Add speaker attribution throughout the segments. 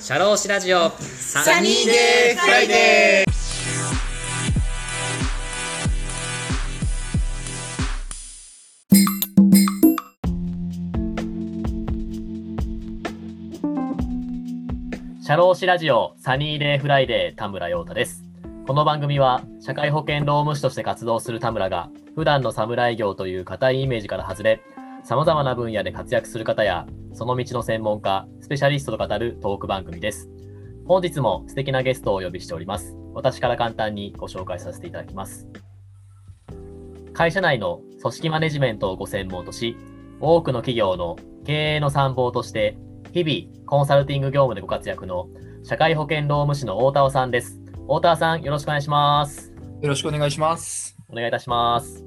Speaker 1: シャローシラジオサ
Speaker 2: ニーデーフライデ
Speaker 1: ーシャローシラジオサニーデーフライデー田村陽太ですこの番組は社会保険労務士として活動する田村が普段の侍業という固いイメージから外れさまざまな分野で活躍する方やその道の専門家、スペシャリストと語るトーク番組です。本日も素敵なゲストをお呼びしております。私から簡単にご紹介させていただきます。会社内の組織マネジメントをご専門とし、多くの企業の経営の参謀として、日々コンサルティング業務でご活躍の社会保険労務士の大田尾さんです。大田尾さん、よろしくお願いします。
Speaker 2: よろしくお願いします。
Speaker 1: お願いいたします。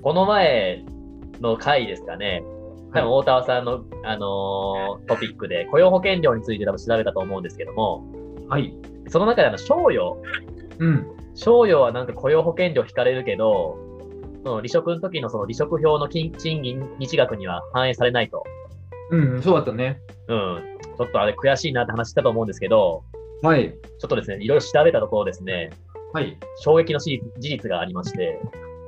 Speaker 1: この前の回ですかね、多分大田さんの、あのートピックで雇用保険料について多分調べたと思うんですけども、
Speaker 2: はい。
Speaker 1: その中であの賞与、
Speaker 2: うん。
Speaker 1: 賞与はなんか雇用保険料引かれるけど、その離職の時のその離職表の金賃金日額には反映されないと、
Speaker 2: うん、そうだったね。
Speaker 1: うん、ちょっとあれ悔しいなって話したと思うんですけど、
Speaker 2: はい。
Speaker 1: ちょっとですね、いろいろ調べたところですね、
Speaker 2: はい。
Speaker 1: 衝撃の事実事実がありまして、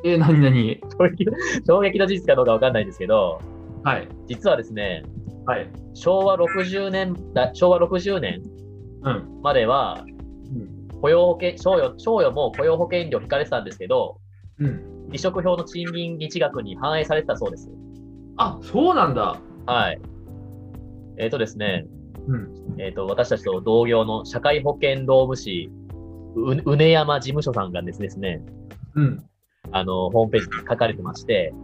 Speaker 2: えー、なになに
Speaker 1: 衝撃の衝撃の事実かどうかわかんないですけど、
Speaker 2: はい。
Speaker 1: 実はですね、
Speaker 2: はい。
Speaker 1: 昭和60年代、昭和60年
Speaker 2: うん。
Speaker 1: までは、雇用保険、賞与、賞与も雇用保険料引かれてたんですけど、
Speaker 2: うん。
Speaker 1: 離職票の賃金日額に反映されてたそうです。
Speaker 2: あ、そうなんだ。
Speaker 1: はい。えっ、とですね、
Speaker 2: うん。
Speaker 1: えっ、と、私たちと同業の社会保険労務士、ううねやま事務所さんがですね、
Speaker 2: うん。
Speaker 1: あの、ホームページに書かれてまして、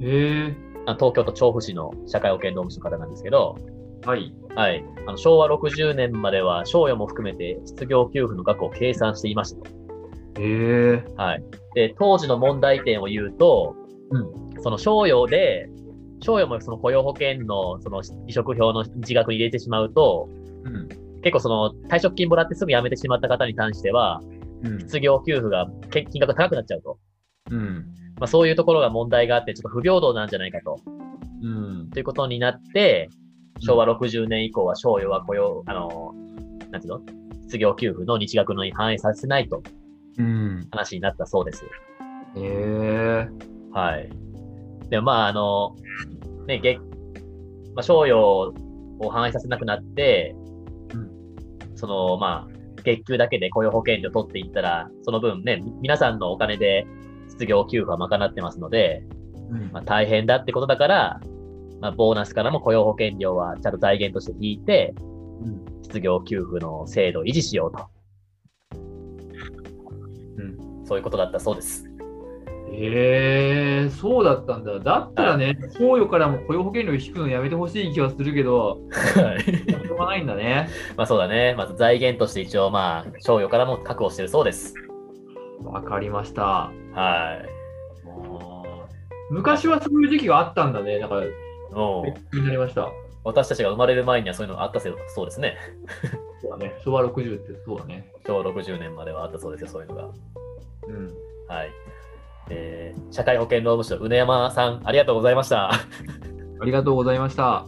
Speaker 2: へ
Speaker 1: あの東京都調布市の社会保険労務士の方なんですけど、
Speaker 2: え。はい。
Speaker 1: はい。あの昭和60年までは、賞与も含めて失業給付の額を計算していましたと。
Speaker 2: へえ。
Speaker 1: はい。で、当時の問題点を言うと、
Speaker 2: うん。
Speaker 1: その賞与で、賞与もその雇用保険のその離職票の自額に入れてしまうと、
Speaker 2: うん。
Speaker 1: 結構その退職金もらってすぐ辞めてしまった方に関しては、
Speaker 2: うん。
Speaker 1: 失業給付がけ金額が高くなっちゃうと。
Speaker 2: うん。
Speaker 1: まあ、そういうところが問題があって、ちょっと不平等なんじゃないかと。
Speaker 2: うん。
Speaker 1: ということになって、昭和60年以降は賞与は雇用、あの、なんていうの失業給付の日額のに反映させないと
Speaker 2: うん。
Speaker 1: 話になったそうです。
Speaker 2: へえ。
Speaker 1: はい。でもまあ、あの、ね、げまあ、賞与を反映させなくなって、
Speaker 2: うん
Speaker 1: その、まあ、月給だけで雇用保険料取っていったら、その分ね、皆さんのお金で失業給付は賄ってますので、
Speaker 2: うん
Speaker 1: まあ、大変だってことだから、まあ、ボーナスからも雇用保険料はちゃんと財源として引いて、
Speaker 2: うん
Speaker 1: 失業給付の制度を維持しようと。そういうことだったそうです。
Speaker 2: へえ、そうだったんだ。だったらね、賞与からも雇用保険料引くのやめてほしい気はするけど、しょうがないんだね。
Speaker 1: まあそうだね。まず財源として一応まあ、賞与からも確保してるそうです。
Speaker 2: わかりました。
Speaker 1: はい。
Speaker 2: 昔はそういう時期があったんだね。だから、
Speaker 1: もう、
Speaker 2: 気になりました。
Speaker 1: 私たちが生まれる前にはそういうのがあったせいそうですね。
Speaker 2: そうだね。昭和60ってそうだね。
Speaker 1: 昭和60年まではあったそうですよ、そういうのが。
Speaker 2: うん。
Speaker 1: はい。えー、社会保険労務士の宇野山さん、ありがとうございました。
Speaker 2: ありがとうございました。
Speaker 1: は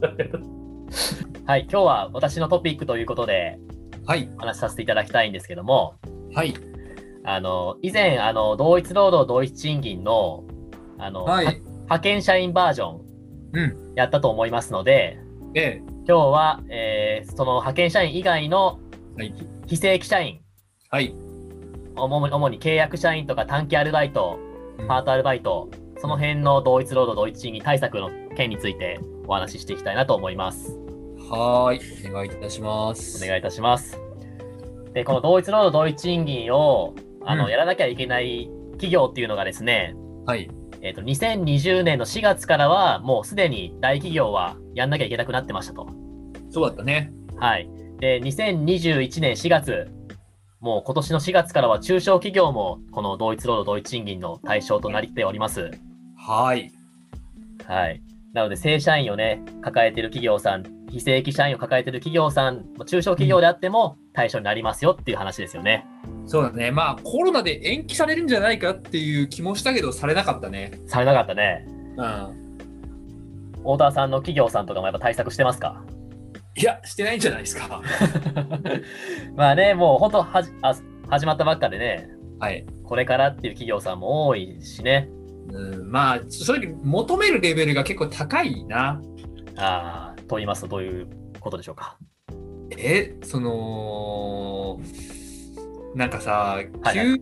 Speaker 1: い、今日は私のトピックということで、
Speaker 2: はい。
Speaker 1: お話しさせていただきたいんですけども、
Speaker 2: はい。
Speaker 1: あの、以前、あの、同一労働同一賃金の、あの、は。派遣社員バージョ
Speaker 2: うん。
Speaker 1: ンやったと思いますので、
Speaker 2: ええ。
Speaker 1: 今日は、えーその派遣社員以外の
Speaker 2: はい
Speaker 1: ひ非正規社員、
Speaker 2: はい。
Speaker 1: 主に主に契約社員とか短期アルバイト、パートアルバイト、その辺の同一労働同一賃金対策の件についてお話ししていきたいなと思います。
Speaker 2: はーい。お願いいたします
Speaker 1: お願いいたします。で、この同一労働同一賃金をあの、
Speaker 2: うん
Speaker 1: やらなきゃいけない企業っていうのがですね、
Speaker 2: はい。
Speaker 1: えっ、と、2020年の4月からは、もうすでに大企業はやんなきゃいけなくなってましたと。
Speaker 2: そうだったね。
Speaker 1: はい。で、2021年4月、もう今年の4月からは中小企業もこの同一労働同一賃金の対象となりっております。
Speaker 2: はい。
Speaker 1: はい。なので、正社員をね、抱えてる企業さん、非正規社員を抱えてる企業さん、中小企業であっても対象になりますよっていう話ですよね。
Speaker 3: そうだね、まあコロナで延期されるんじゃないかっていう気もしたけど、されなかったね。
Speaker 1: されなかったね。
Speaker 3: うん、
Speaker 1: 大田さんの企業さんとかもやっぱ対策してますか
Speaker 3: いや、してないんじゃないですか。
Speaker 1: まあね、もう本当はじあ始まったばっかでね、
Speaker 3: はい。
Speaker 1: これからっていう企業さんも多いしね。
Speaker 3: うん、まあ、正直、求めるレベルが結構高いな。
Speaker 1: あーと言いますとどういうことでしょうか。
Speaker 3: え、その、なんかさ、
Speaker 1: はいは
Speaker 3: 休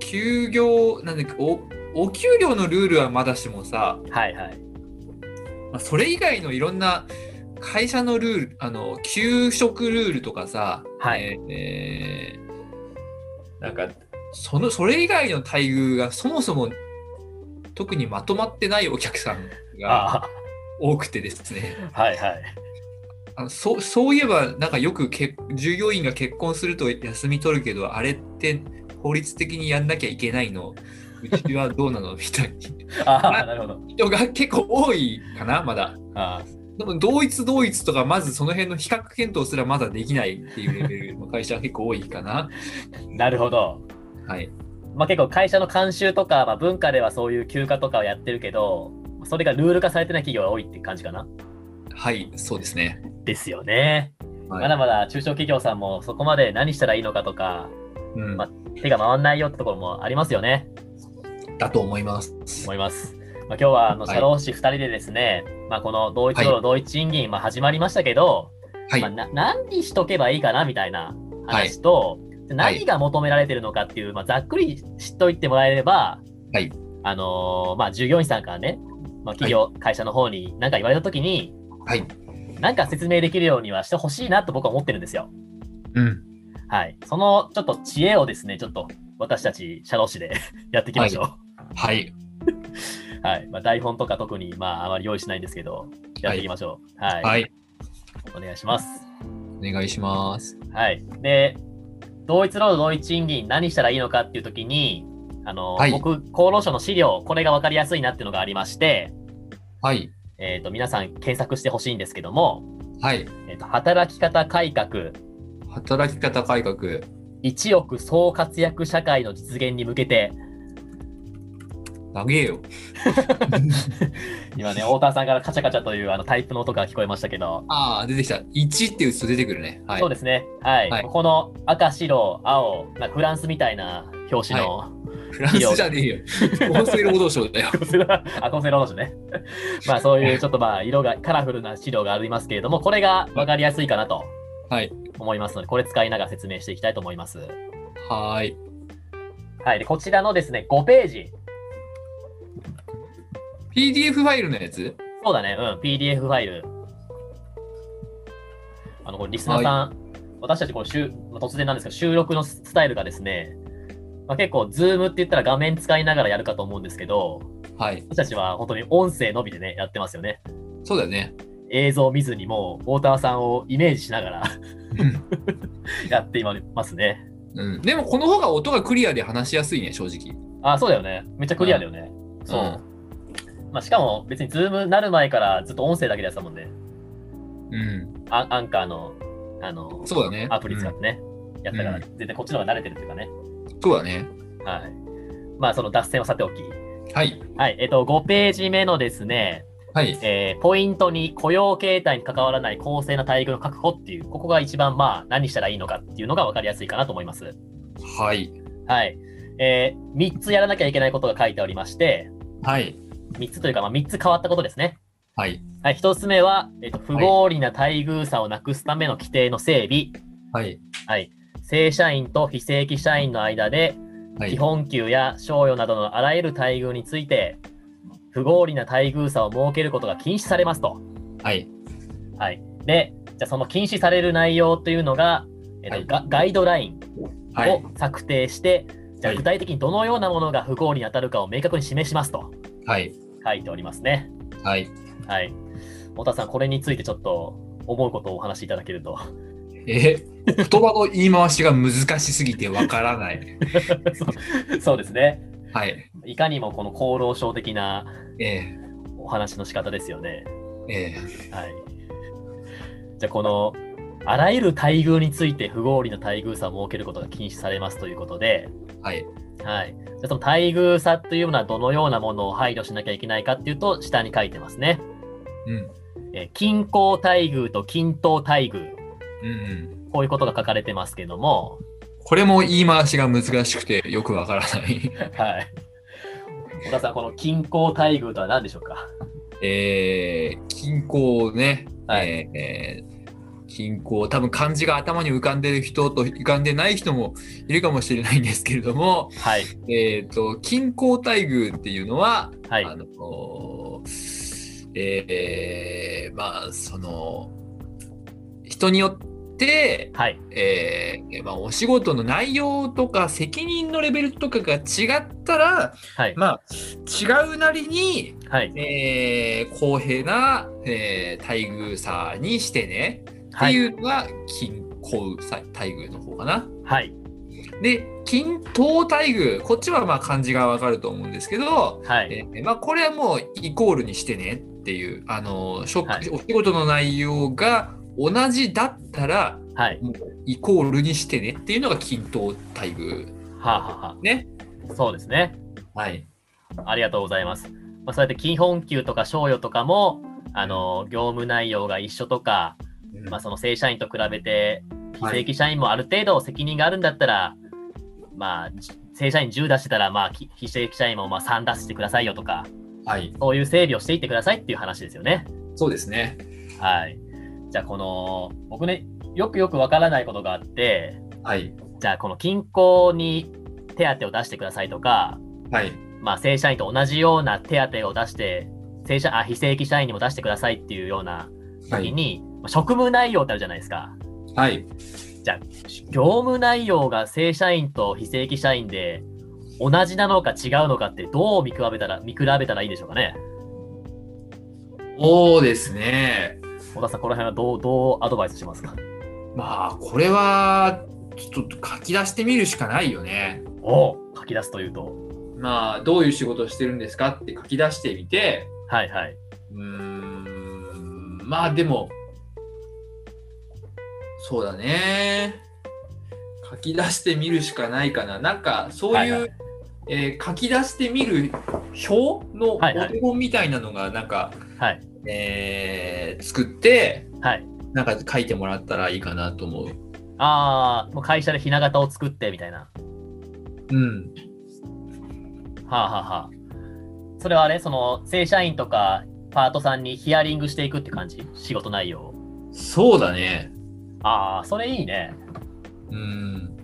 Speaker 3: 休業、なんだっけお、お給料のルールはまだしもさ、
Speaker 1: はいはい。
Speaker 3: まあそれ以外のいろんな会社のルール、あの給食ルールとかさ、
Speaker 1: はい
Speaker 3: えーえーなんかそのそれ以外の待遇がそもそも特にまとまってないお客さんが
Speaker 1: あ
Speaker 3: 多くてですね、
Speaker 1: ーはいはい。
Speaker 3: あのそうそういえばなんかよくけ従業員が結婚すると休み取るけど、あれって法律的にやんなきゃいけないの。うちはどうなのみたいに
Speaker 1: ああ、なるほど。
Speaker 3: 人が結構多いかなまだ
Speaker 1: あ
Speaker 3: でも同一同一とかまずその辺の比較検討すらまだできないっていうレベルの会社は結構多いかな。
Speaker 1: ーなるほど。
Speaker 3: はい。
Speaker 1: まあ、結構会社の慣習とか、まあ、文化ではそういう休暇とかをやってるけど、それがルール化されてない企業が多いって感じかな。
Speaker 3: はい、そうですね。
Speaker 1: ですよね。
Speaker 3: はい
Speaker 1: まだまだ中小企業さんもそこまで何したらいいのかとか、
Speaker 3: うん
Speaker 1: ま手が回んないよってところもありますよね。
Speaker 3: だと思います。
Speaker 1: 思います。まあ、今日はあの
Speaker 3: はい
Speaker 1: 社労士2人でですね、まあ、この同一
Speaker 3: はい
Speaker 1: 労働同一賃金、まあ、始まりましたけど、
Speaker 3: はい
Speaker 1: まあ、な何にしとけばいいかなみたいな話と、何が求められてるのかっていう、まあ、ざっくり知っといてもらえれば、
Speaker 3: はい
Speaker 1: あのーまあ、従業員さんからね、まあ、企業、会社の方に何か言われた時に、
Speaker 3: はい
Speaker 1: なんか説明できるようにはしてほしいなと僕は思ってるんですよ。
Speaker 3: うん。
Speaker 1: はい、そのちょっと知恵をですね、ちょっと私たち社労士で やっていきましょう。
Speaker 3: はい。
Speaker 1: はいまあ、台本とか特に、まあ、あまり用意しないんですけど、やっていきましょう。はい、
Speaker 3: はい。
Speaker 1: お願いします。
Speaker 3: お願いします。
Speaker 1: はい、で、同一労働同一賃金、何したらいいのかっていうときに、あの
Speaker 3: はい
Speaker 1: 僕、厚労省の資料、これが分かりやすいなっていうのがありまして、
Speaker 3: はい。
Speaker 1: えー、と皆さん検索してほしいんですけども、
Speaker 3: はい。
Speaker 1: えーと、働き方改革、
Speaker 3: 働き方改革。
Speaker 1: 一億総活躍社会の実現に向けて、
Speaker 3: 長え よ。
Speaker 1: 今 ね、太田さんからカチャカチャというあのタイプの音が聞こえましたけど、
Speaker 3: ああ、出てきた。1って打つと出てくるね。はい
Speaker 1: そう。ですね、はい
Speaker 3: はい
Speaker 1: この赤、白、青、なんかフランスみたいな表紙の、
Speaker 3: フランスじゃねえよ。厚生労働省だよ。
Speaker 1: 厚生労あ厚生労働省ね。 まあそういうちょっとまあ色がカラフルな資料がありますけれども、これが分かりやすいかなと
Speaker 3: はい。
Speaker 1: 思いますので、これ使いながら説明していきたいと思います。
Speaker 3: はーい。
Speaker 1: はい、でこちらのですね、5ページ。
Speaker 3: PDF ファイルのやつ
Speaker 1: そうだね、うん、PDF ファイル。あの、これリスナーさん、私たちこう収、まあ突然なんですけど、収録のススタイルがですね、まあ、結構、ズームって言ったら画面使いながらやるかと思うんですけど、
Speaker 3: はい。
Speaker 1: 私たちは本当に音声のみでね、やってますよね。
Speaker 3: そうだよね。
Speaker 1: 映像を見ずにもう、ウォーターさんをイメージしながら
Speaker 3: う ん
Speaker 1: やっていますね。
Speaker 3: うん、でもこの方が音がクリアで話しやすいね正直
Speaker 1: あ、そうだよね。めっちゃクリアだよね。そう。まあ、しかも、別にズームなる前からずっと音声だけでやってたもんね。
Speaker 3: うん、
Speaker 1: アアンカーの、あの、
Speaker 3: そうだね
Speaker 1: アプリ使ってね、やったから、
Speaker 3: うん
Speaker 1: 全然こっちの方が慣れてるっていうかね。
Speaker 3: うんそうだね
Speaker 1: はい。まあ、その脱線はさておき。
Speaker 3: はい
Speaker 1: はい。えっと、5ページ目のですね、
Speaker 3: はい
Speaker 1: えーポイントに雇用形態に関わらない公正な待遇の確保っていう、ここが一番、まあ、何したらいいのかっていうのが分かりやすいかなと思います。
Speaker 3: はい
Speaker 1: はい。え3つやらなきゃいけないことが書いておりまして、
Speaker 3: はい
Speaker 1: 3つというか、まあ、3つ変わったことですね。
Speaker 3: はい
Speaker 1: はい、1つ目は、えっと、不合理な待遇差をなくすための規定の整備。
Speaker 3: はい
Speaker 1: はい。正社員と非正規社員の間で、
Speaker 3: は
Speaker 1: 基
Speaker 3: い
Speaker 1: 本給や賞与などのあらゆる待遇について不合理な待遇差を設けることが禁止されますと。
Speaker 3: はい
Speaker 1: はい、でじゃあその禁止される内容というのが、えっと
Speaker 3: はい
Speaker 1: ガガイドライン
Speaker 3: は
Speaker 1: を
Speaker 3: い
Speaker 1: 策定して、じゃあ
Speaker 3: はい
Speaker 1: 具体的にどのようなものが不合理に当たるかを明確に示しますと
Speaker 3: はい
Speaker 1: 書いておりますね。
Speaker 3: はい
Speaker 1: はい、太田さん、これについてちょっと思うことをお話しいただけると。
Speaker 3: え言葉の言い回しが難しすぎてわからない
Speaker 1: そうそうですね。
Speaker 3: はい
Speaker 1: いかにもこの厚労省的な
Speaker 3: え
Speaker 1: お話の仕方ですよね。
Speaker 3: ええ
Speaker 1: はい。じゃあこのあらゆる待遇について不合理な待遇差を設けることが禁止されますということで、
Speaker 3: えはい
Speaker 1: はい、じゃあその待遇差というのはどのようなものを配慮しなきゃいけないかっていうと下に書いてますね。
Speaker 3: うん
Speaker 1: えー均衡待遇と均等待遇、
Speaker 3: うんうん。
Speaker 1: こういうことが書かれてますけども、
Speaker 3: これも言い回しが難しくてよくわからない。
Speaker 1: はい。小田さん、この均衡待遇とは何でしょうか
Speaker 3: えー、均衡ね。
Speaker 1: はい
Speaker 3: えーえー均衡。多分漢字が頭に浮かんでる人と浮かんでない人もいるかもしれないんですけれども、
Speaker 1: はい。
Speaker 3: えっ、と、均衡待遇っていうのは、
Speaker 1: はい
Speaker 3: あ。の、えーまあ、その、人によって、
Speaker 1: はい。
Speaker 3: えーまあ、お仕事の内容とか責任のレベルとかが違ったら、
Speaker 1: はい。
Speaker 3: まあ、違うなりに、
Speaker 1: はい。
Speaker 3: えー公平な、えー待遇差にしてねって
Speaker 1: はいい。
Speaker 3: うのが均衡さ待遇の方かな。
Speaker 1: はい。
Speaker 3: で均等待遇こっちはまあ漢字がわかると思うんですけど、
Speaker 1: はい。
Speaker 3: えーまあ、これはもうイコールにしてねっていうあの職、
Speaker 1: はい
Speaker 3: お仕事の内容が同じだったら
Speaker 1: はい。
Speaker 3: もうイコールにしてねっていうのが均等待遇
Speaker 1: はあ、はあは
Speaker 3: ね。
Speaker 1: あ、そうですね。
Speaker 3: はい。
Speaker 1: ありがとうございます。まあ、そうやって基本給とか賞与とかも、あの、業務内容が一緒とか、まあ、その正社員と比べて、非正規社員もある程度責任があるんだったら、まあ、じ正社員10出してたら、まあ、き非正規社員もまあ3出してくださいよとか、
Speaker 3: はい。
Speaker 1: そういう整備をしていってくださいっていう話ですよね。
Speaker 3: そうですね。
Speaker 1: はい。じゃあ、この、僕ね、よくよくわからないことがあって、
Speaker 3: はい。
Speaker 1: じゃあ、この均衡に手当を出してくださいとか、
Speaker 3: はい。
Speaker 1: まあ、正社員と同じような手当を出して、正社あ非正規社員にも出してくださいっていうような時。に、まあ職務内容ってあるじゃないですか。
Speaker 3: はい。
Speaker 1: 業務内容が正社員と非正規社員で同じなのか違うのかってどう見比べたら見比べたらいいでしょうかね。
Speaker 3: そうですね。
Speaker 1: 小田さん、この辺はどうどうアドバイスしますか
Speaker 3: まあ、これは、ちょっと書き出してみるしかないよね。
Speaker 1: おお書き出すというと。
Speaker 3: まあ、どういう仕事をしてるんですかって書き出してみて、
Speaker 1: はいはい。
Speaker 3: うーん、まあでも、そうだね。書き出してみるしかないかな。なんか、そういう、
Speaker 1: はいは
Speaker 3: えー書き出してみる表のお
Speaker 1: はいはい
Speaker 3: 手本みたいなのが、なんか、
Speaker 1: はい。
Speaker 3: えー作って、
Speaker 1: はい。
Speaker 3: なんか書いてもらったらいいかなと思う。
Speaker 1: ああ、もう会社でひな形を作ってみたいな。
Speaker 3: うん。
Speaker 1: はあはあはあ。それはあれその正社員とかパートさんにヒアリングしていくって感じ仕事内容を。
Speaker 3: そうだね。
Speaker 1: ああ、それいいね。
Speaker 3: うん。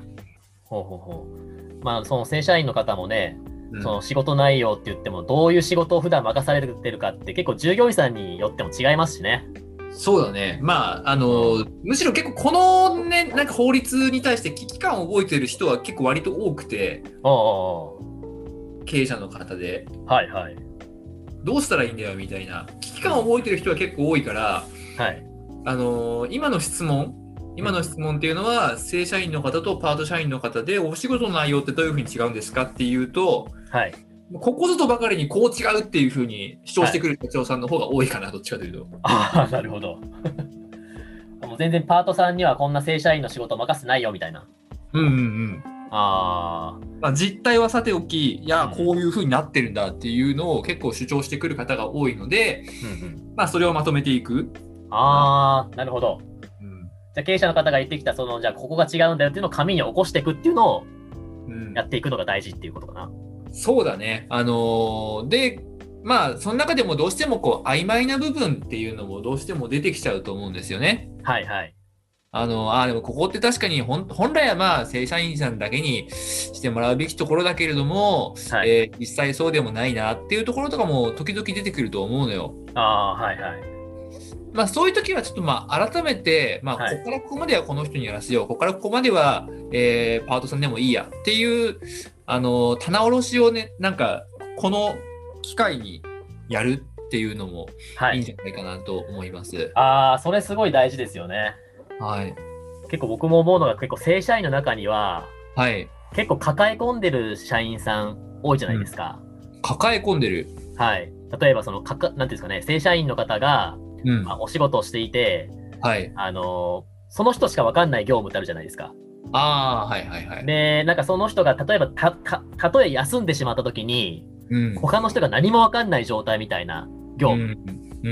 Speaker 1: ほうほうほう。まあ、その正社員の方もね、
Speaker 3: うん
Speaker 1: その仕事内容って言っても、どういう仕事を普段任されてるかって、結構従業員さんによっても違いますしね。
Speaker 3: そうだね。まあ、あの、むしろ結構このね、なんか法律に対して危機感を覚えてる人は結構割と多くて、
Speaker 1: おうおう
Speaker 3: 経営者の方で、
Speaker 1: おうはいはい。
Speaker 3: どうしたらいいんだよみたいな、危機感を覚えてる人は結構多いから、
Speaker 1: はい。
Speaker 3: あの、今の質問、今の質問っていうのは、正社員の方とパート社員の方で、お仕事の内容ってどういうふうに違うんですかっていうと、
Speaker 1: はい。
Speaker 3: ここぞとばかりにこう違うっていうふうに主張してくる社長さんの方が多いかな、どっちかというと。
Speaker 1: ああ、なるほど。もう全然パートさんにはこんな正社員の仕事を任せてないよみたいな。
Speaker 3: うんうんうん。
Speaker 1: あ
Speaker 3: まあ、実態はさておき、いや
Speaker 1: う、ん
Speaker 3: こういう風になってるんだっていうのを結構主張してくる方が多いので
Speaker 1: あ、、うんうん。
Speaker 3: まあ、それをまとめていく。
Speaker 1: ああ、なるほど。
Speaker 3: うん
Speaker 1: じゃあ経営者の方が言ってきた、その、じゃあここが違うんだよっていうのを紙に起こしていくっていうのを
Speaker 3: うん
Speaker 1: やっていくのが大事っていうことかな。
Speaker 3: そうだね。あのーで、まあ、その中でもどうしてもこう曖昧な部分っていうのもどうしても出てきちゃうと思うんですよね。
Speaker 1: はいはい。
Speaker 3: あのあーでもここって確かに本本来はまあ正社員さんだけにしてもらうべきところだけれども、
Speaker 1: はい。
Speaker 3: えー実際そうでもないなっていうところとかも時々出てくると思うのよ。
Speaker 1: ああ、はいはい。
Speaker 3: まあ、そういう時はちょっとまあ改めて、まあ、こ
Speaker 1: はい
Speaker 3: こからここまではこの人にやらせよう、ここからここまでは、えーパートさんでもいいやっていう、あの棚卸しをねなんかこの機会にやるっていうのも
Speaker 1: はい
Speaker 3: いん
Speaker 1: い。
Speaker 3: じゃないかなと思います。
Speaker 1: ああ、それすごい大事ですよね。
Speaker 3: はい、
Speaker 1: 結構僕も思うのが、結構正社員の中には、
Speaker 3: はい、
Speaker 1: 結構抱え込んでる社員さん多いじゃないですか。
Speaker 3: 抱え込んでる。
Speaker 1: はい。例えば、その、かか、なんていうんですかね、正社員の方が、
Speaker 3: うん、
Speaker 1: まあ、お仕事をしていて、
Speaker 3: はい、
Speaker 1: あのーその人しかわかんない業務ってあるじゃないですか。
Speaker 3: ああ、はいはいはい。
Speaker 1: で、なんかその人が、例えば、た、た、たとえ休んでしまった時に、
Speaker 3: うん、
Speaker 1: 他の人が何もわかんない状態みたいな業
Speaker 3: うん、
Speaker 1: 務。
Speaker 3: う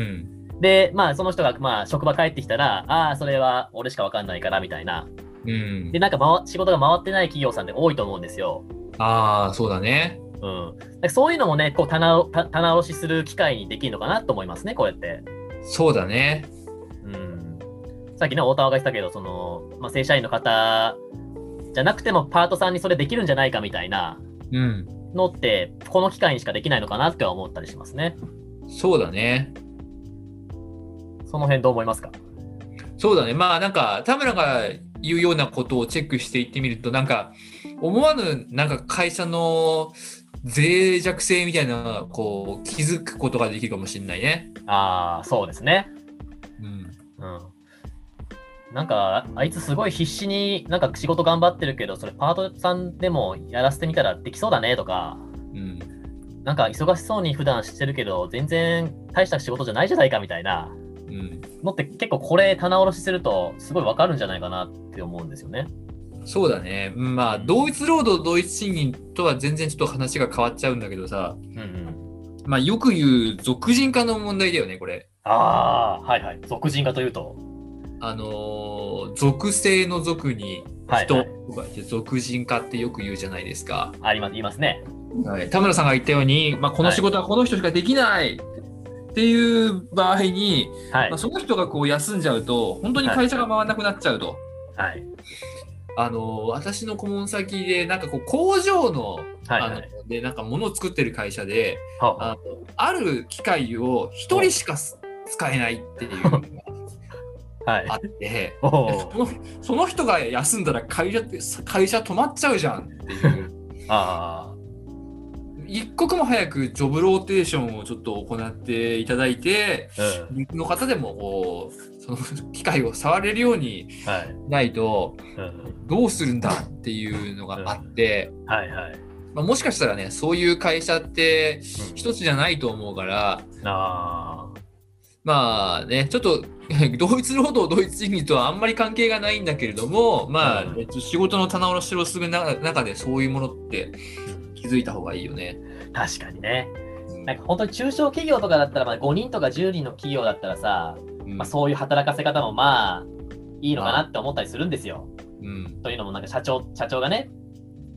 Speaker 3: ん、
Speaker 1: で、まあ、その人が、まあ、職場帰ってきたら、ああ、それは俺しかわかんないから、みたいな。
Speaker 3: うん
Speaker 1: で、。なんか、ま、仕事が回ってない企業さんって多いと思うんですよ。
Speaker 3: ああ、そうだね。
Speaker 1: うん。だからそういうのもね、こう棚を、た棚卸しする機会にできるのかなと思いますね、こうやって。
Speaker 3: そうだね。
Speaker 1: うん。さっきね、太田が言ってたけど、その、まあ、正社員の方じゃなくても、パートさんにそれできるんじゃないかみたいな
Speaker 3: うん。
Speaker 1: のって、この機会にしかできないのかなっては思ったりしますね。
Speaker 3: そうだね。
Speaker 1: その辺どう思いますか
Speaker 3: そうだね。まあなんか田村が言うようなことをチェックしていってみるとなんか思わぬなんか会社の脆弱性みたいなこう気づくことができるかもしれないね。
Speaker 1: ああ、そうですね。
Speaker 3: うん、
Speaker 1: うんなんかあいつすごい必死になんか仕事頑張ってるけどそれパートさんでもやらせてみたらできそうだねとか
Speaker 3: うん、
Speaker 1: なんか忙しそうに普段してるけど全然大した仕事じゃないじゃないかみたいな
Speaker 3: うん。
Speaker 1: のって結構これ棚卸しするとすごいわかるんじゃないかなって思うんですよね。
Speaker 3: そうだね。うんまあ同一労働同一賃金とは全然ちょっと話が変わっちゃうんだけどさ、
Speaker 1: うんうん、
Speaker 3: まあよく言う俗人化の問題だよねこれ。
Speaker 1: ああはいはい俗人化というと。
Speaker 3: あのー属性の属に
Speaker 1: はい、
Speaker 3: 人
Speaker 1: は
Speaker 3: と
Speaker 1: い、
Speaker 3: か言って俗人化ってよく言うじゃないですか。
Speaker 1: あります言いますね。
Speaker 3: はい、田村さんが言ったように、まあ、この仕事はこの人しかできないっていう場合に、
Speaker 1: はい
Speaker 3: まあ、その人がこう休んじゃうと本当に会社が回らなくなっちゃうと、
Speaker 1: はい
Speaker 3: あの私の顧問先でなんかこう工場の,、
Speaker 1: はいはい
Speaker 3: あのでなんか物を作ってる会社で
Speaker 1: は
Speaker 3: あのある機械を一人しかす使えないっていうのが
Speaker 1: はい
Speaker 3: あって。
Speaker 1: お
Speaker 3: そ
Speaker 1: お
Speaker 3: のその人が休んだら会社って会社止まっちゃうじゃんっていう
Speaker 1: あ
Speaker 3: 一刻も早くジョブローテーションをちょっと行っていただいて、
Speaker 1: あうん
Speaker 3: 陸の方でもこうその機会を触れるように
Speaker 1: はい
Speaker 3: ないと
Speaker 1: うん
Speaker 3: どうするんだっていうのがあって、
Speaker 1: はいはい
Speaker 3: まあ、もしかしたらねそういう会社って一つじゃないと思うから
Speaker 1: ああ
Speaker 3: まあねちょっと同一労働同一賃金とはあんまり関係がないんだけれどもまあ、
Speaker 1: うん
Speaker 3: えっと仕事の棚卸しをするな中でそういうものって気づいた方がいいよね。
Speaker 1: 確かにね。
Speaker 3: うん
Speaker 1: なんか本当に中小企業とかだったら、まあ、5人とか10人の企業だったらさ、まあ、そういう働かせ方もまあいいのかなって思ったりするんですよ。
Speaker 3: うん
Speaker 1: というのもなんか社長社長がね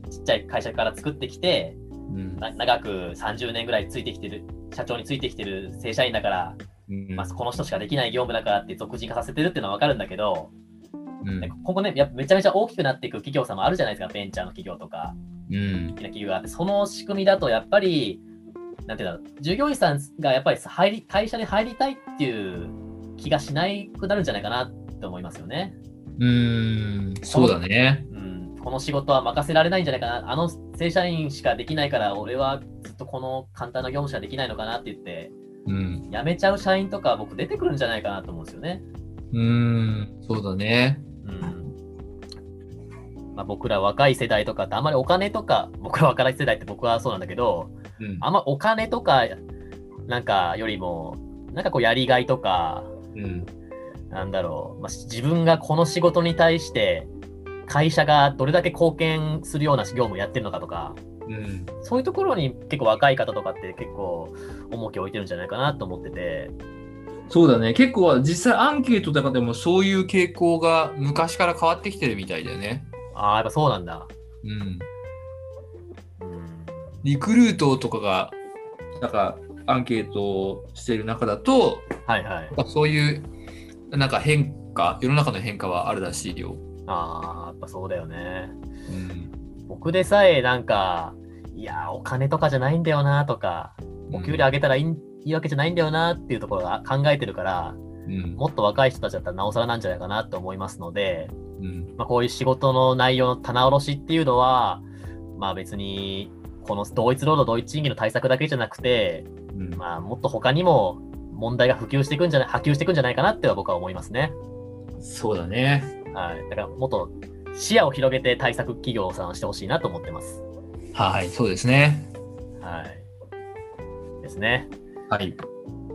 Speaker 1: ちっちゃい会社から作ってきて
Speaker 3: うん
Speaker 1: な長く30年ぐらいついてきてる社長についてきてる正社員だから、
Speaker 3: うん
Speaker 1: まあ、この人しかできない業務だからって俗人化させてるっていうのは分かるんだけど、
Speaker 3: うん
Speaker 1: なんか今後ねやっぱめちゃめちゃ大きくなっていく企業さんもあるじゃないですかベンチャーの企業とか。
Speaker 3: う
Speaker 1: 大きな
Speaker 3: ん
Speaker 1: 企業があってその仕組みだとやっぱりなんていうんだろう従業員さんがやっぱり入り会社に入りたいっていう気がしなくなるんじゃないかなって思いますよね。
Speaker 3: うーん、そうだね。
Speaker 1: うん、この仕事は任せられないんじゃないかなあの正社員しかできないから俺はずっとこの簡単な業務しかできないのかなって言って
Speaker 3: うん。
Speaker 1: 辞めちゃう社員とか僕出てくるんじゃないかなと思うんですよね。
Speaker 3: うーん、そうだね。
Speaker 1: うんまあ、僕ら若い世代とかってあんまりお金とか僕ら若い世代って僕はそうなんだけど
Speaker 3: うん
Speaker 1: あんまお金とかなんかよりも、なんかこうやりがいとか、
Speaker 3: うん。
Speaker 1: なんだろう、まあ、自分がこの仕事に対して、会社がどれだけ貢献するような業務をやってるのかとか、
Speaker 3: うん。
Speaker 1: そういうところに結構若い方とかって結構重きを置いてるんじゃないかなと思ってて、
Speaker 3: そうだね。結構、実際アンケートとかでもそういう傾向が昔から変わってきてるみたいだよね。
Speaker 1: ああ、やっぱそうなんだ。
Speaker 3: うん。
Speaker 1: うん。
Speaker 3: リクルートとかが、なんか、アンケートをしてる中だと、
Speaker 1: はいはい。
Speaker 3: やっぱそういう、なんか変化、世の中の変化はあるらしいよ。
Speaker 1: ああ、やっぱそうだよね。
Speaker 3: うん。
Speaker 1: 僕でさえなんか、いやー、お金とかじゃないんだよなとか、お給料上げたらいい,、いいわけじゃないんだよなっていうところが考えてるから、
Speaker 3: うん。
Speaker 1: もっと若い人たちだったらなおさらなんじゃないかなと思いますので、
Speaker 3: うん。
Speaker 1: まあ、こういう仕事の内容の棚卸しっていうのは、まあ、別にこの同一労働同一賃金の対策だけじゃなくて、
Speaker 3: うん。
Speaker 1: まあ、もっと他にも問題が普及していくんじゃない波及していくんじゃないかなっては僕は思いますね。
Speaker 3: そうだね。
Speaker 1: はい、だからもっと視野を広げて対策企業さんをしてほしいなと思ってます。
Speaker 3: はい、そうですね。
Speaker 1: はい、ですね。
Speaker 3: はい。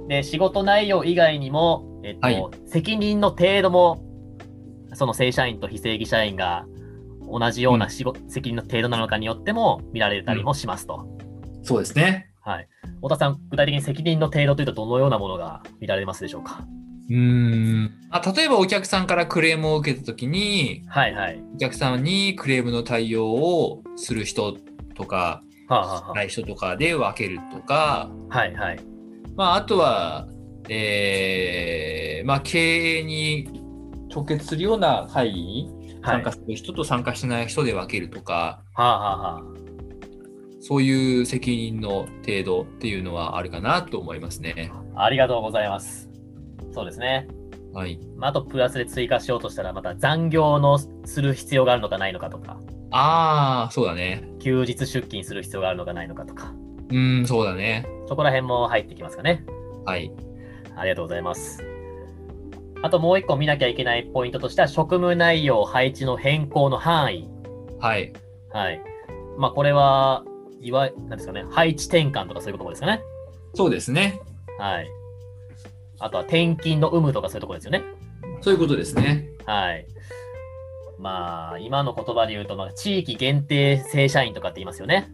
Speaker 1: で仕事内容以外にも、えっと
Speaker 3: はい
Speaker 1: 責任の程度もその正社員と非正規社員が同じような仕事、責任の程度なのかによっても見られたりもしますと。
Speaker 3: そうですね。
Speaker 1: はい。太田さん、具体的に責任の程度というと、どのようなものが見られますでしょうか。
Speaker 3: うーんあ例えばお客さんからクレームを受けた時に
Speaker 1: はいはい。
Speaker 3: お客さんにクレームの対応をする人とか
Speaker 1: はあ、はあは
Speaker 3: ない人とかで分けるとか、
Speaker 1: あ、はいはい。
Speaker 3: まあ、あとは、えーまあ、経営に直結するような会議
Speaker 1: は
Speaker 3: に参
Speaker 1: い。は
Speaker 3: 加する人と参加しない人で分けるとか、
Speaker 1: あ、はあはあ、
Speaker 3: そういう責任の程度っていうのはあるかなと思いますね。
Speaker 1: ありがとうございます。そうですね。
Speaker 3: はい、
Speaker 1: まあ、あと、プラスで追加しようとしたら、また残業のする必要があるのかないのかとか、
Speaker 3: ああ、そうだね。
Speaker 1: 休日出勤する必要があるのかないのかとか、
Speaker 3: うん、そうだね。
Speaker 1: そこら辺も入ってきますかね。
Speaker 3: はい。
Speaker 1: ありがとうございます。あともう一個見なきゃいけないポイントとしては、職務内容配置の変更の範囲。
Speaker 3: はい。
Speaker 1: はい。まあ、これは、いわなんですかね、配置転換とかそういうところですかね。
Speaker 3: そうですね。
Speaker 1: はい。あとは転勤の有無とかそういうところですよね。
Speaker 3: そういうことですね。
Speaker 1: はい。まあ、今の言葉で言うと、まあ、地域限定正社員とかって言いますよね。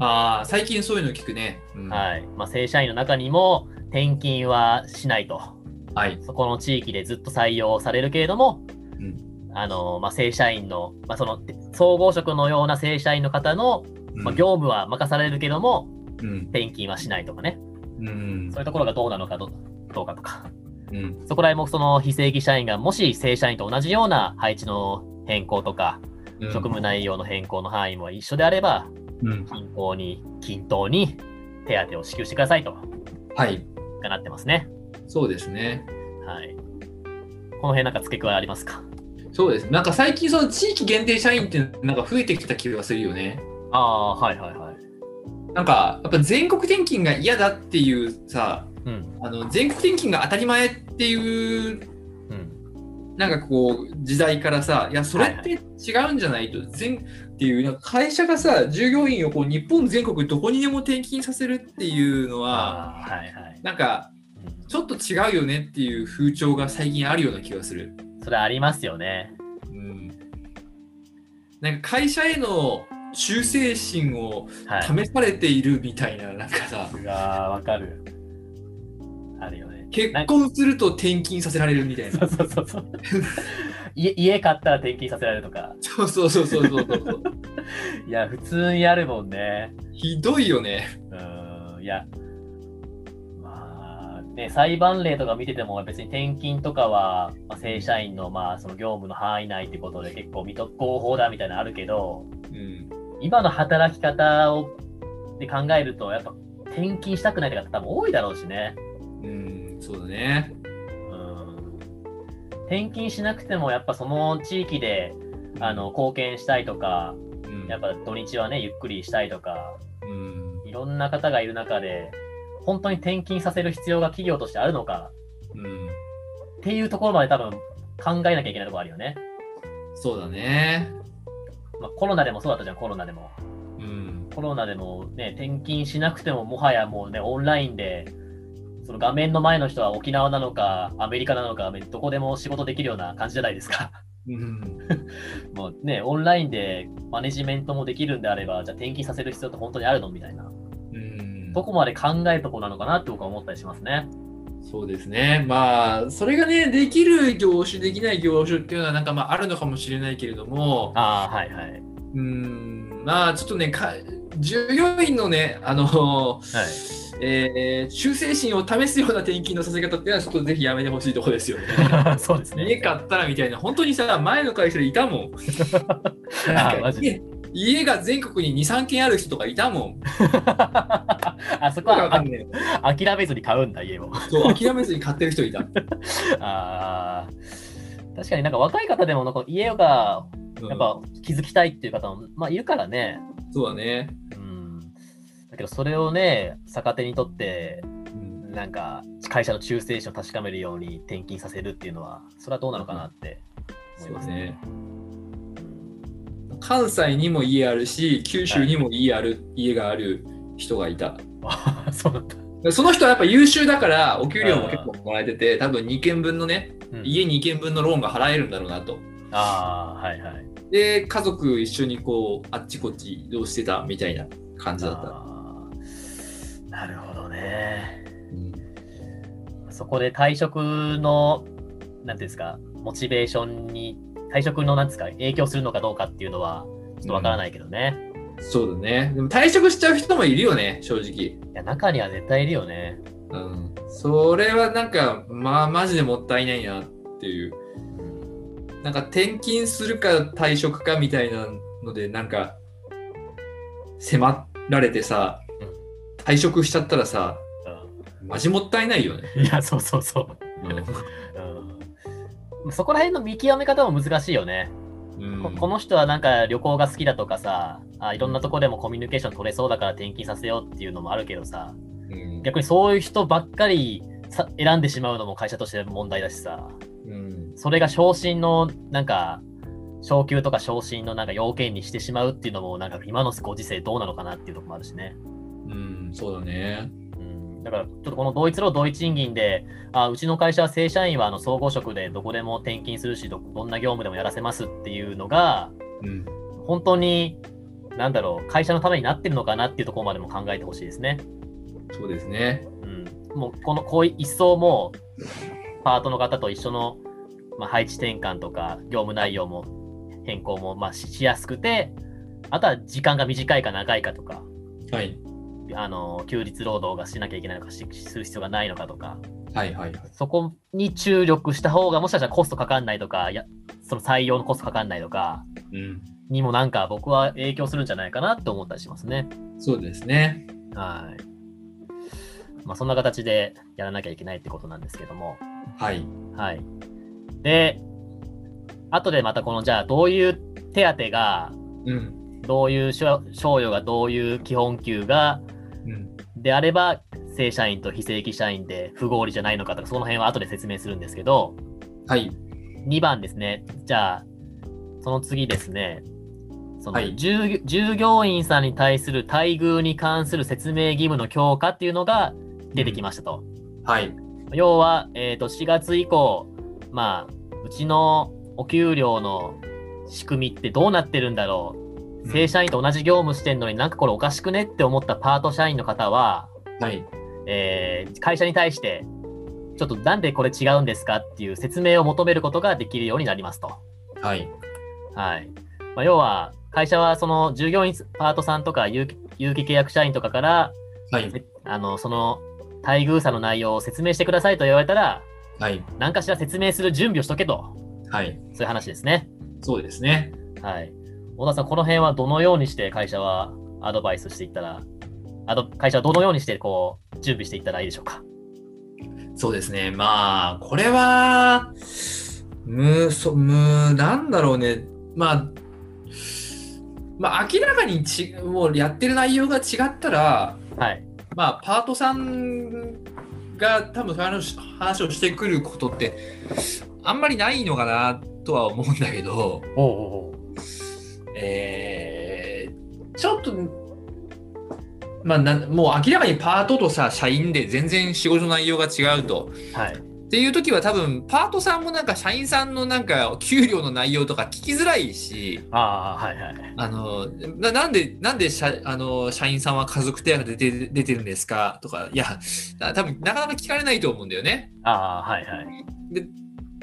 Speaker 3: ああ、最近そういうの聞くね。うん
Speaker 1: はい。まあ、正社員の中にも転勤はしないと。
Speaker 3: はい。
Speaker 1: そこの地域でずっと採用されるけれども、
Speaker 3: うん
Speaker 1: あのまあ、正社員の、まあ、その総合職のような正社員の方の、まあ、業務は任されるけども、
Speaker 3: うん。
Speaker 1: 転勤はしないとかね、
Speaker 3: うん
Speaker 1: そういうところがどうなのかどどうかとか、
Speaker 3: うん。
Speaker 1: そこら辺もその非正規社員がもし正社員と同じような配置の変更とか、
Speaker 3: うん
Speaker 1: 職務内容の変更の範囲も一緒であれば、
Speaker 3: うん。
Speaker 1: 均等に均等に手当を支給してくださいと
Speaker 3: はい。
Speaker 1: がなってますね。
Speaker 3: そうですね。
Speaker 1: はい、この辺なんか付け加えありますか
Speaker 3: そうです。なんか最近その地域限定社員ってなんか増えてきた気がするよね。
Speaker 1: ああー、はいはいはい。
Speaker 3: なんかやっぱ全国転勤が嫌だっていうさ、
Speaker 1: うん。
Speaker 3: あの全国転勤が当たり前っていう
Speaker 1: うん。
Speaker 3: なんかこう時代からさ、いやそれって違うんじゃないと全っていうなんか会社がさ従業員をこう日本全国どこにでも転勤させるっていうのは
Speaker 1: ああ、はいはい。
Speaker 3: なんかちょっと違うよねっていう風潮が最近あるような気がする。
Speaker 1: それありますよね。
Speaker 3: うんなんか会社への忠誠心を
Speaker 1: はい。
Speaker 3: 試されているみたいな、なんかさ、
Speaker 1: うわー、わかる。あるよね。
Speaker 3: 結婚すると転勤させられるみたい
Speaker 1: そ
Speaker 3: な。
Speaker 1: うそうそう そう。家家買ったら転勤させられるとか。
Speaker 3: そうそうそうそうそうそう。
Speaker 1: いや、普通にあるもんね。
Speaker 3: ひどいよね。
Speaker 1: うーん、いや。まあ、ね、裁判例とか見てても、別に転勤とかは、まあ、正社員の、まあ、その業務の範囲内ってことで結構見と合法だみたいなのあるけど、
Speaker 3: うん、
Speaker 1: 今の働き方をで考えると、やっぱ転勤したくないって方多分多いだろうしね。
Speaker 3: うん、そうだね。
Speaker 1: うん転勤しなくてもやっぱその地域であの貢献したいとか
Speaker 3: うん、
Speaker 1: やっぱ土日はねゆっくりしたいとか
Speaker 3: うん、
Speaker 1: いろんな方がいる中で本当に転勤させる必要が企業としてあるのか
Speaker 3: うん、
Speaker 1: っていうところまで多分考えなきゃいけないところあるよね、
Speaker 3: そうだね。
Speaker 1: まあ、コロナでもそうだったじゃんコロナでも
Speaker 3: うん、
Speaker 1: コロナでもね転勤しなくてももはやもうねオンラインでその画面の前の人は沖縄なのかアメリカなのかどこでも仕事できるような感じじゃないですか
Speaker 3: うん、
Speaker 1: もうね、オンラインでマネジメントもできるんであれば、じゃあ転勤させる必要って本当にあるのみたいな、
Speaker 3: うん。
Speaker 1: どこまで考えるとこなのかなって僕は思ったりしますね。
Speaker 3: そうですね。まあ、それがね、できる業種、できない業種っていうのは、なんかまあ、あるのかもしれないけれども、
Speaker 1: ああ、はいはい。はい。
Speaker 3: うーんまあちょっとねか従業員のねあの、えー忠誠心を試すような転勤のさせ方っていうのはちょっとぜひやめてほしいところですよね。
Speaker 1: そうです
Speaker 3: 家
Speaker 1: ね。
Speaker 3: 買ったらみたいな本当にさ前の会社でいたもん。なんか
Speaker 1: マジ
Speaker 3: 家家が全国に23軒ある人とかいたもん。
Speaker 1: あそこ
Speaker 3: わか
Speaker 1: は
Speaker 3: んない
Speaker 1: あ諦めずに買うんだ、家を。
Speaker 3: そう諦めずに買ってる人いた。
Speaker 1: ああ。確かになんか若い方でもなんか家が
Speaker 3: うん
Speaker 1: やっぱ気づきたいっていう方も、まあ、いるからね。
Speaker 3: そうだね。
Speaker 1: うん。だけどそれをね、逆手にとって、
Speaker 3: うん
Speaker 1: なんか会社の忠誠心を確かめるように転勤させるっていうのは、それはどうなのかなって思
Speaker 3: そ
Speaker 1: いう
Speaker 3: で
Speaker 1: ますすね。
Speaker 3: ね。関西にも家あるし九州にも家ある、家がある人がいた。
Speaker 1: あ そうなんだっ
Speaker 3: でその人はやっぱ優秀だからお給料も結構もらえてて多分2軒分のね
Speaker 1: た。
Speaker 3: 家2軒分のローンが払えるんだろうなと
Speaker 1: ああ、はいはい。
Speaker 3: で家族一緒にこうあっちこっち移動してたみたいな感じだった
Speaker 1: あーなるほどね。
Speaker 2: うん
Speaker 1: そこで退職の、なんていうんですか、モチベーションに、退職の、なんですか、影響するのかどうかっていうのは、ちょっとわからないけどね。
Speaker 3: そうだね。でも退職しちゃう人もいるよね、正直。
Speaker 1: いや、中には絶対いるよね。
Speaker 3: うん。それはなんか、まあ、マジでもったいないなっていう。なんか転勤するか退職かみたいなので、なんか、迫られてさ
Speaker 1: うん、
Speaker 3: 退職しちゃったらさ、
Speaker 1: う
Speaker 3: マジもったいないよね。
Speaker 1: ん、いや、そうそうそう。 うん、そこら辺の見極め方も難しいよね。
Speaker 3: うん
Speaker 1: ここの人はなんか旅行が好きだとかさあ、いろんなとこでもコミュニケーション取れそうだから転勤させようっていうのもあるけどさ、
Speaker 3: うん
Speaker 1: 逆にそういう人ばっかりさ選んでしまうのも会社として問題だしさ、
Speaker 3: うん
Speaker 1: それが昇進のなんか、昇給とか昇進のなんか要件にしてしまうっていうのも、なんか今のご時世どうなのかなっていうところもあるしね。
Speaker 3: うん、そうだね。
Speaker 1: うんだからちょっとこの同一労働一賃金であうちの会社は正社員はあの総合職でどこでも転勤するしどどんな業務でもやらせますっていうのが
Speaker 3: うん、
Speaker 1: 本当になんだろう会社のためになってるのかなっていうところまでも考えてほしいですね。
Speaker 3: そうですね。
Speaker 1: うん、もうこのこうい一層もうパートの方と一緒の、まあ、配置転換とか業務内容も変更も、まあ、ししやすくてあとは時間が短いか長いかとか
Speaker 3: はい。
Speaker 1: あの休日労働がしなきゃいけないのかしする必要がないのかとか。
Speaker 3: はいはいはい。
Speaker 1: そこに注力した方が、もしかしたらコストかかんないとか、いやその採用のコストかかんないとか、
Speaker 3: うん、
Speaker 1: にもなんか僕は影響するんじゃないかなって思ったりしますね。
Speaker 3: そうですね。
Speaker 1: はい。まあそんな形でやらなきゃいけないってことなんですけども。
Speaker 3: はい。
Speaker 1: はい。で、後でまたこのじゃあどういう手当が、
Speaker 3: うん。
Speaker 1: どういう賞賞与がどういう基本給が
Speaker 3: うん。
Speaker 1: であれば正社員と非正規社員で不合理じゃないのかとかその辺は後で説明するんですけど、
Speaker 3: はい。
Speaker 1: 2番ですね。じゃあ、その次ですね。そ
Speaker 3: は
Speaker 1: の
Speaker 3: い
Speaker 1: 従,、従業員さんに対する待遇に関する説明義務の強化っていうのが出てきましたと。
Speaker 3: はい。
Speaker 1: 要は、えーと、4月以降、まあ、うちのお給料の仕組みってどうなってるんだろう。正社員と同じ業務してんのになんかこれおかしくねって思ったパート社員の方は、
Speaker 3: はい。
Speaker 1: えー会社に対して、ちょっとなんでこれ違うんですかっていう説明を求めることができるようになりますと。
Speaker 3: はい。
Speaker 1: はいまあ、要は、会社はその従業員パートさんとか有期有期契約社員とかから、
Speaker 3: はい。
Speaker 1: あのその待遇差の内容を説明してくださいと言われたら、
Speaker 3: はい。
Speaker 1: 何かしら説明する準備をしとけと、
Speaker 3: はい。
Speaker 1: そういう話ですね。
Speaker 3: そうですね。
Speaker 1: はい、小田さん、この辺はどのようにして会社はアドバイスしていったら、アド会社はどのようにしてこう準備していったらいいでしょうか。
Speaker 3: そうですね。まあ、これは、む、そ、む、なんだろうね。まあ、まあ、明らかにち、もうやってる内容が違ったら、
Speaker 1: はい、
Speaker 3: まあ、パートさんが多分話を話をしてくることって、あんまりないのかなとは思うんだけど、
Speaker 1: おお
Speaker 3: えーちょっと、まあ、なもう明らかにパートとさ社員で全然仕事の内容が違うと。
Speaker 1: はい、
Speaker 3: っていう時は多分パートさんもなんか社員さんのなんか給料の内容とか聞きづらいし
Speaker 1: ああ、はいはい。
Speaker 3: あのななんでなんで社あの社員さんは家族手当で出て出てるんですかとかいやな多分なかなか聞かれないと思うんだよね。
Speaker 1: ああ、はいはい。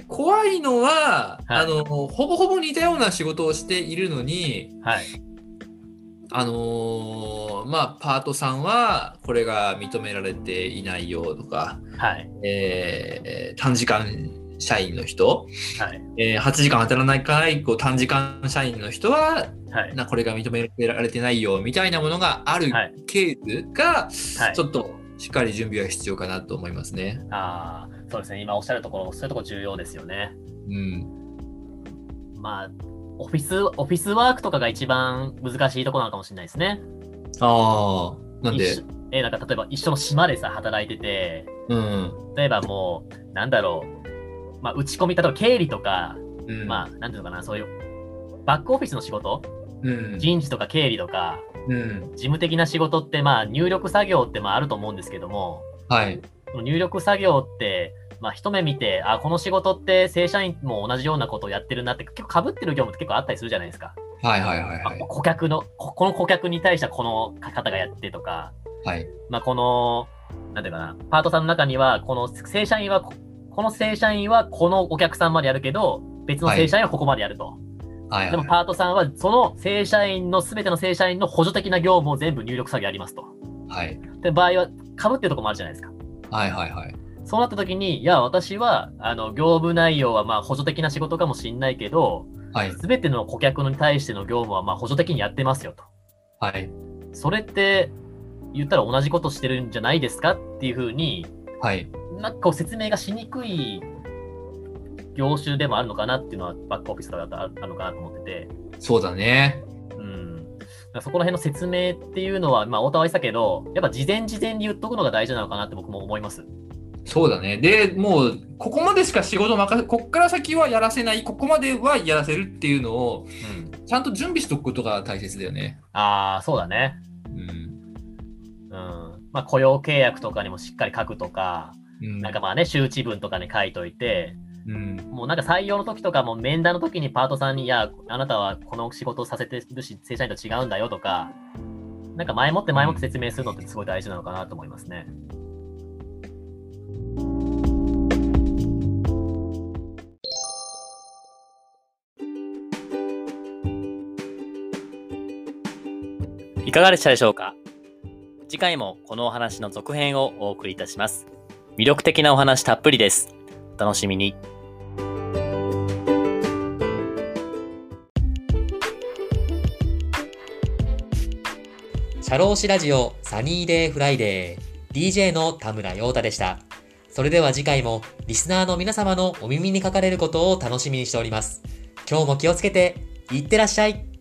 Speaker 3: 怖いのは、
Speaker 1: はい
Speaker 3: あのほぼほぼ似たような仕事をしているのに
Speaker 1: はい、
Speaker 3: あのーまあパートさんはこれが認められていないよとか、
Speaker 1: はい、
Speaker 3: えー短時間社員の人、
Speaker 1: はい、
Speaker 3: えー8時間当たらないからこう短時間社員の人は
Speaker 1: はい、
Speaker 3: なこれが認められてないよみたいなものがある
Speaker 1: はい
Speaker 3: ケースが、
Speaker 1: はい
Speaker 3: ち。ょっとしっかり準備は必要かなと思いますね。
Speaker 1: ああ、そうですね。今おっしゃるところ、そういうところ重要ですよね。
Speaker 3: うん、
Speaker 1: まあ、オフィス、オフィスワークとかが一番難しいところなのかもしれないですね。
Speaker 3: ああなんで
Speaker 1: 一緒えなんか例えば一緒の島でさ、働いてて、
Speaker 3: うん、
Speaker 1: 例えばもう、なんだろう、まあ、打ち込み、例えば経理とか、
Speaker 3: うん、
Speaker 1: まあ、なんていうのかな、そういう、バックオフィスの仕事、
Speaker 3: うん、
Speaker 1: 人事とか経理とか、
Speaker 3: うん、
Speaker 1: 事務的な仕事って、まあ、入力作業ってまああると思うんですけども、
Speaker 3: はい、
Speaker 1: その入力作業って、まあ、一目見て、あ、この仕事って正社員も同じようなことをやってるなって、結構被ってる業務って結構あったりするじゃないですか。
Speaker 3: はいはいはいは
Speaker 1: あ
Speaker 3: い
Speaker 1: 顧客の、ここの顧客に対してはこの方がやってとか、
Speaker 3: はい。
Speaker 1: まあ、この、なんていうかな、パートさんの中には、この正社員はこ、この正社員はこのお客さんまでやるけど、別の正社員はここまでやると。
Speaker 3: はい、
Speaker 1: でも
Speaker 3: は
Speaker 1: パートさんは、その正社員の、すべての正社員の補助的な業務を全部入力作業やりますと。
Speaker 3: い。はい。
Speaker 1: で、場合は、かぶってるとこもあるじゃないですか。
Speaker 3: はい。はい。はい。
Speaker 1: そうなった時に、いや、私は、あの、業務内容は、まあ、補助的な仕事かもしんないけど、
Speaker 3: はい。
Speaker 1: すべての顧客に対しての業務は、まあ、補助的にやってますよと。
Speaker 3: はい。
Speaker 1: それって、言ったら同じことしてるんじゃないですかっていうふうに、
Speaker 3: はい。
Speaker 1: なんかこう説明がしにくい業種でもあるのかなっていうのは、バックオフィスとかだとあるのかなと思ってて、
Speaker 3: そうだね。
Speaker 1: うん。だからそこら辺の説明っていうのは、まあ、太田は言ってたけど、やっぱ事前事前に言っとくのが大事なのかなって僕も思います。
Speaker 3: そうだね。で、もう、ここまでしか仕事任せ、こっから先はやらせない、ここまではやらせるっていうのを、
Speaker 1: うん。
Speaker 3: ちゃんと準備しとくことが大切だよね。
Speaker 1: ああ、そうだね。
Speaker 3: うん。
Speaker 1: うん。まあ、雇用契約とかにもしっかり書くとか、
Speaker 3: うん。
Speaker 1: なんかまあね、周知文とかに書いといて、
Speaker 3: うん。
Speaker 1: もうなんか採用の時とかも面談の時にパートさんに、いや、あなたはこの仕事をさせてるし、正社員と違うんだよとか、なんか前もって前もって説明するのってすごい大事なのかなと思いますね。いかがでしたでしょうか次回もこのお話の続編をお送りいたします。魅力的なお話たっぷりです。お楽しみに。
Speaker 4: 社労士ラジオサニーデイフライデー DJ の田村陽太でした。それでは次回もリスナーの皆様のお耳にかかれることを楽しみにしております。今日も気をつけていってらっしゃい